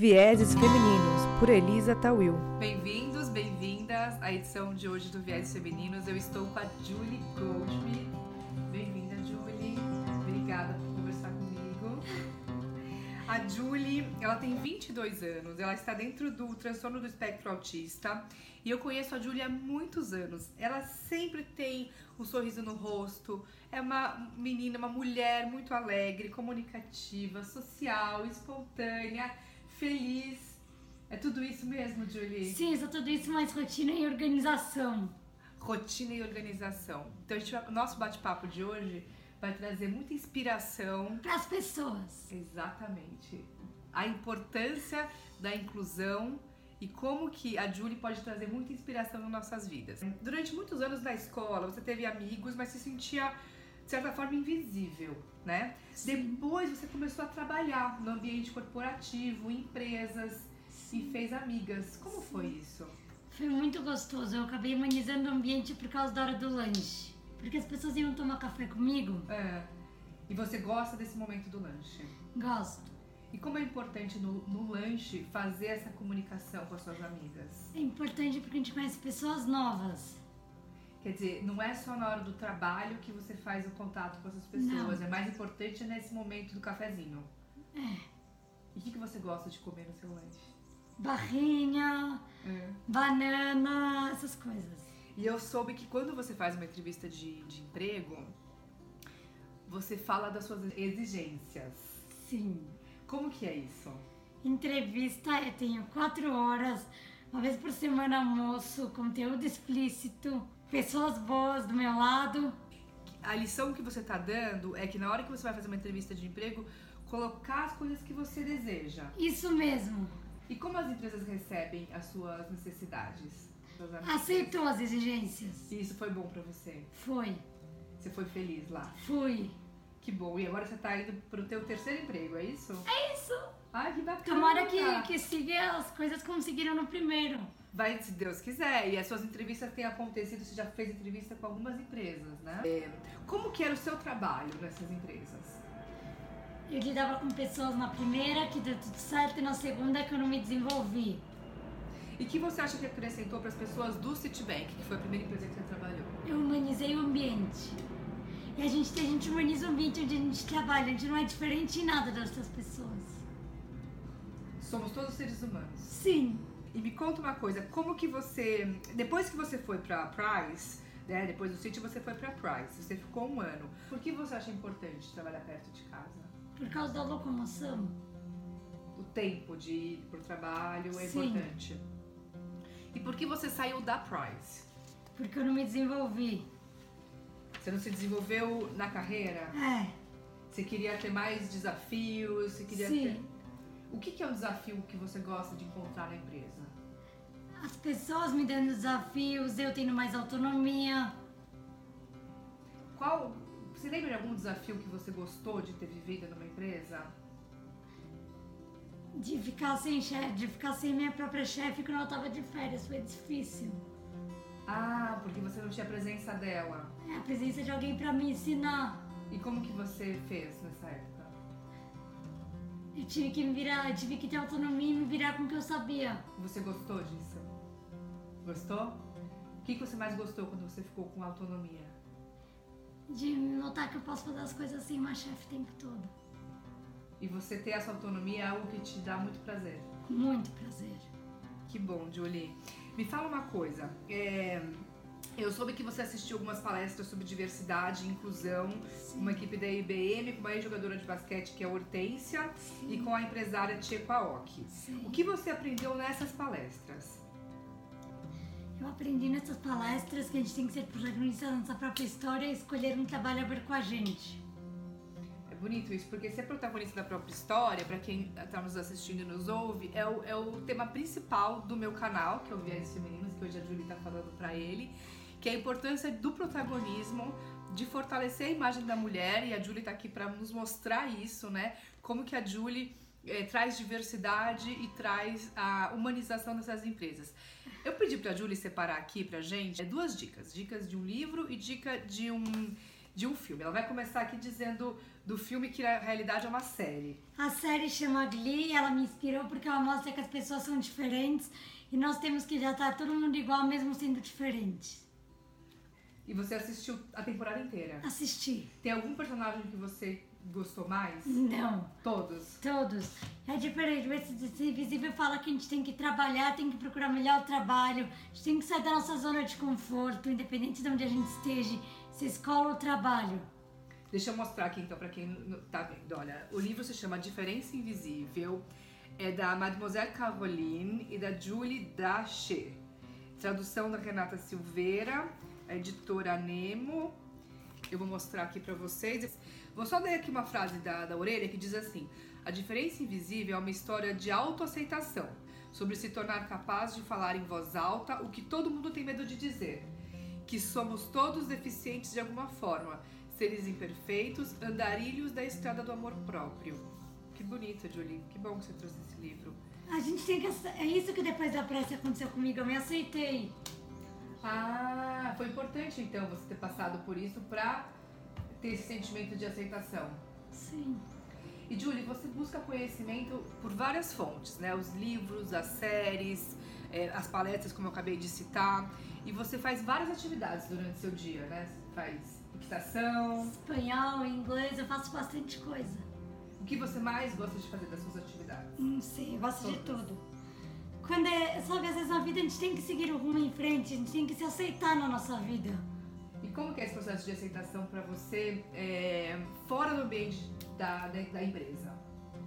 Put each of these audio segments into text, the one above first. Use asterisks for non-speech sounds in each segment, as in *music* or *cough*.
Vieses Femininos, por Elisa Tawil. Bem-vindos, bem-vindas à edição de hoje do Vieses Femininos. Eu estou com a Julie Goldby. Bem-vinda, Julie. Obrigada por conversar comigo. A Julie, ela tem 22 anos, ela está dentro do transtorno do espectro autista e eu conheço a Julie há muitos anos. Ela sempre tem um sorriso no rosto, é uma menina, uma mulher muito alegre, comunicativa, social, espontânea, feliz. É tudo isso mesmo, Julie? Sim, só tudo isso mais rotina e organização. rotina e organização. Então, a gente vai- o nosso bate-papo de hoje vai trazer muita inspiração, Para as pessoas. exatamente, a importância da inclusão e como que a Julie pode trazer muita inspiração nas nossas vidas. Durante muitos anos na escola, você teve amigos, mas se sentia de certa forma invisível, né? Depois você começou a trabalhar no ambiente corporativo, em empresas e fez amigas. Como foi isso? Foi muito gostoso. Eu acabei humanizando o ambiente por causa da hora do lanche. Porque as pessoas iam tomar café comigo. É. E você gosta desse momento do lanche? Gosto. E como é importante no, no lanche fazer essa comunicação com as suas amigas? É importante porque a gente conhece pessoas novas. Quer dizer, não é só na hora do trabalho que você faz o contato com essas pessoas, é mais importante nesse momento do cafezinho. É. E o que, que você gosta de comer no seu lanche? Barrinha, banana, essas coisas. E eu soube que quando você faz uma entrevista de, de emprego, você fala das suas exigências. Sim. Como que é isso? Entrevista, eu tenho quatro horas, uma vez por semana almoço, conteúdo explícito, pessoas boas do meu lado. A lição que você tá dando é que na hora que você vai fazer uma entrevista de emprego, colocar as coisas que você deseja. Isso mesmo. E como as empresas recebem as suas necessidades? seus amigos? Ah, Aceitou as exigências. E isso foi bom pra você? Foi. Você foi feliz lá? Fui. Que bom. E agora você tá indo pro teu terceiro emprego, é isso? É isso. Ai, que bacana. Tomara que, que siga as coisas que conseguiram no primeiro. Vai, se Deus quiser. E as suas entrevistas têm acontecido, você já fez entrevista com algumas empresas, né? É, Como que era o seu trabalho nessas empresas? Eu lidava com pessoas na primeira que deu tudo certo e na segunda que eu não me desenvolvi. E que você acha que acrescentou para as pessoas do Citibank, que foi a primeira empresa que você trabalhou? Eu humanizei o ambiente. E a gente, a gente humaniza o ambiente onde a gente trabalha. A gente não é diferente em nada das outras pessoas. Somos todos seres humanos. Sim. E me conta uma coisa, como que você, depois que você foi pra Price, né, depois do City você foi pra Price, você ficou um ano. Por que você acha importante trabalhar perto de casa? Por causa da locomoção. O tempo de ir pro trabalho é Sim. importante. E por que você saiu da Price? Porque eu não me desenvolvi. Você não se desenvolveu na carreira? É. Você queria ter mais desafios? Você queria Sim. ter... O que que é um desafio que você gosta de encontrar na empresa? As pessoas me dando desafios, eu tendo mais autonomia. Qual. Você lembra de algum desafio que você gostou de ter vivido numa empresa? De ficar sem chefe, de ficar sem minha própria chefe quando eu tava de férias, foi difícil. Ah, porque você não tinha a presença dela. É a presença de alguém pra me ensinar. E como que você fez nessa época? Eu tive que me virar, eu tive que ter autonomia e me virar com o que eu sabia. Você gostou disso? Gostou? O que, que você mais gostou quando você ficou com autonomia? De notar que eu posso fazer as coisas sem uma chefe o tempo todo. E você ter essa autonomia é algo que te dá muito prazer. Com muito prazer. Que bom, Julie. Me fala uma coisa. é, Eu soube que você assistiu algumas palestras sobre diversidade e inclusão, uma equipe da IBM, com uma ex-jogadora de basquete que é a Hortência e com a empresária Tcheco Aoki. Sim. O que você aprendeu nessas palestras? Eu aprendi nessas palestras que a gente tem que ser protagonista da nossa própria história e escolher um trabalho a ver com a gente. É bonito isso, porque ser protagonista da própria história, pra quem tá nos assistindo e nos ouve, é o, é o tema principal do meu canal, que é o Viés Femininos, que hoje a Julie tá falando pra ele, que é a importância do protagonismo, de fortalecer a imagem da mulher, e a Julie tá aqui pra nos mostrar isso, né? Como que a Julie eh, traz diversidade e traz a humanização dessas empresas. Eu pedi pra Julie separar aqui pra gente eh, duas dicas, dicas de um livro e dica de um de um filme. Ela vai começar aqui dizendo do filme que na realidade é uma série. A série chama Glee, ela me inspirou porque ela mostra que as pessoas são diferentes e nós temos que já estar todo mundo igual, mesmo sendo diferente. E você assistiu a temporada inteira. Assistir. Tem algum personagem que você gostou mais? Não. Todos. Todos. É diferente. O invisível fala que a gente tem que trabalhar, tem que procurar melhor trabalho, a gente tem que sair da nossa zona de conforto, independente de onde a gente esteja, se escola ou trabalho. Deixa eu mostrar aqui então pra quem não tá vendo. Olha, o livro se chama Diferença Invisível, é da Mademoiselle Caroline e da Julie Dacher. Tradução da Renata Silveira, a editora Nemo. Eu vou mostrar aqui pra vocês. Vou só ler aqui uma frase da, da orelha que diz assim: A diferença invisível é uma história de autoaceitação, sobre se tornar capaz de falar em voz alta o que todo mundo tem medo de dizer. Que somos todos deficientes de alguma forma, seres imperfeitos, andarilhos da estrada do amor próprio. Que bonito, Julie. Que bom que você trouxe esse livro. A gente tem que. ace- É isso que depois da prece aconteceu comigo, eu me aceitei. Ah, foi importante então você ter passado por isso pra ter esse sentimento de aceitação. Sim. E Julie, você busca conhecimento por várias fontes, né? Os livros, as séries, eh, as palestras, como eu acabei de citar. E você faz várias atividades durante seu dia, né? Você faz equitação. Espanhol, inglês, eu faço bastante coisa. O que você mais gosta de fazer das suas atividades? Não sei, eu Hum, gosto de tudo. Quando é. Sabe, às vezes na vida a gente tem que seguir o rumo em frente, a gente tem que se aceitar na nossa vida. E como que é esse processo de aceitação pra você eh, fora do ambiente da, da, da empresa?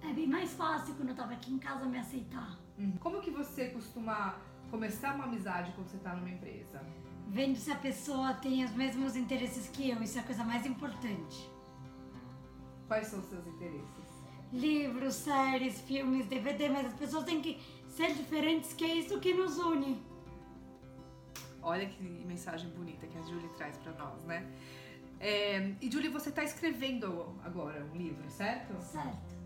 É bem mais fácil quando eu tava aqui em casa me aceitar. Como que você costuma começar uma amizade quando você tá numa empresa? Vendo se a pessoa tem os mesmos interesses que eu, isso é a coisa mais importante. Quais são os seus interesses? Livros, séries, filmes, DVD, mas as pessoas têm que ser diferentes, que é isso que nos une. Olha que mensagem bonita que a Julie traz pra nós, né? É, e Julie, você tá escrevendo agora um livro, certo? Certo.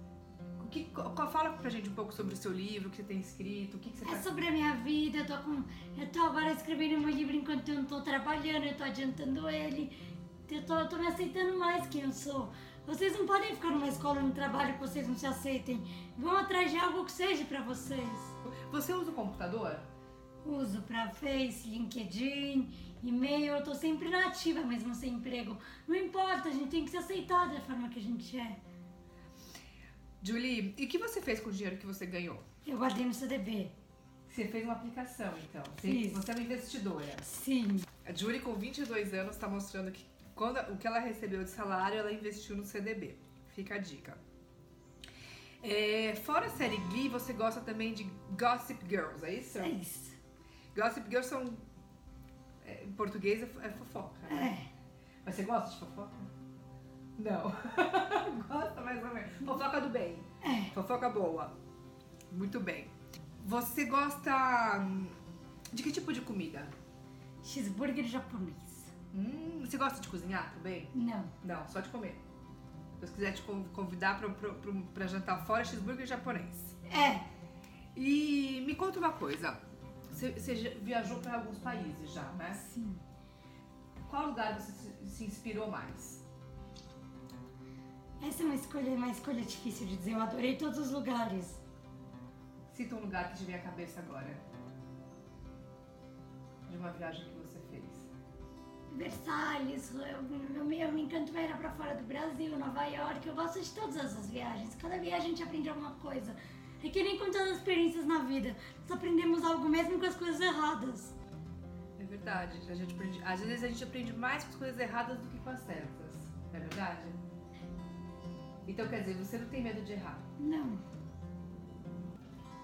O que, co- fala pra gente um pouco sobre o seu livro, o que você tem escrito, o que, que você É tá... sobre a minha vida, eu tô, com, eu tô agora escrevendo meu livro enquanto eu não tô trabalhando, eu tô adiantando ele. Eu tô, eu tô me aceitando mais quem eu sou. Vocês não podem ficar numa escola, num trabalho que vocês não se aceitem. Vão atrás de algo que seja pra vocês. Você usa o computador? Uso pra Face, LinkedIn, e-mail, eu tô sempre na ativa mesmo sem emprego. Não importa, a gente tem que se aceitar da forma que a gente é. Julie, e o que você fez com o dinheiro que você ganhou? Eu guardei no CDB. Você fez uma aplicação, então. Você, Fiz. você é uma investidora. Sim. A Julie, com 22 anos, está mostrando que quando, o que ela recebeu de salário, ela investiu no CDB. Fica a dica. É, fora a série Glee, você gosta também de Gossip Girls, é isso? É isso. Gossip Girls são... é, em português é, fo- é fofoca, né? É. Mas você gosta de fofoca? Não. *laughs* gosta mais ou menos. Fofoca do bem. É. Fofoca boa. Muito bem. Você gosta hum, de que tipo de comida? Cheeseburger japonês. Hum, você gosta de cozinhar também? Não. Não, só de comer. Se você quiser te con- convidar pra, pra, pra- pra jantar fora, cheeseburger japonês. É. E me conta uma coisa. Você, você já viajou pra alguns países já, né? Sim. Qual lugar você se, se inspirou mais? Essa é uma escolha, uma escolha difícil de dizer. Eu adorei todos os lugares. Cita um lugar que te vem à cabeça agora. De uma viagem que você fez. Versalhes, eu, eu, me- eu me encanto era pra fora do Brasil, Nova York, eu gosto de todas essas viagens. Cada viagem a gente aprende alguma coisa. É que nem com todas as experiências na vida, nós aprendemos algo mesmo com as coisas erradas. É verdade. A gente aprende, às vezes a gente aprende mais com as coisas erradas do que com as certas. Não é verdade? Então quer dizer, você não tem medo de errar. Não,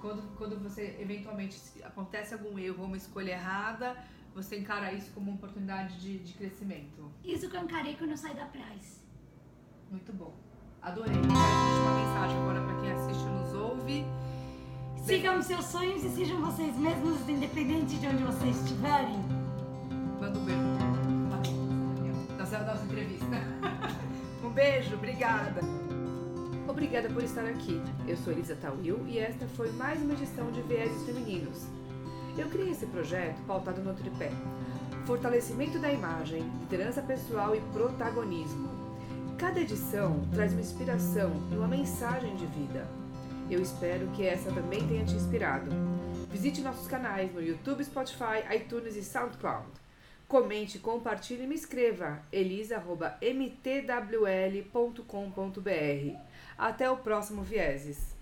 Quando, quando você eventualmente se- acontece algum erro ou uma escolha errada, você encara isso como uma oportunidade de, de crescimento. isso que eu encarei quando eu saí da praia. Muito bom. Adorei. Quero deixar uma mensagem agora para quem assiste e nos ouve. Sigam os seus sonhos e sejam vocês mesmos, independente de onde vocês estiverem. Manda um beijo. Tá bom. Nossa, nossa entrevista. *laughs* um beijo, obrigada. Obrigada por estar aqui. Eu sou Elisa Tawil e esta foi mais uma edição de Vieses Femininos. Eu criei esse projeto pautado no tripé: fortalecimento da imagem, liderança pessoal e protagonismo. Cada edição traz uma inspiração e uma mensagem de vida. Eu espero que essa também tenha te inspirado. Visite nossos canais no YouTube, Spotify, iTunes e SoundCloud. Comente, compartilhe e me escreva elisa.mtwl.com.br. Até o próximo Vieses!